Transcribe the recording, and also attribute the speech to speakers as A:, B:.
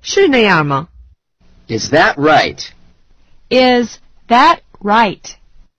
A: 是那样吗？
B: Is that right?
C: Is that right?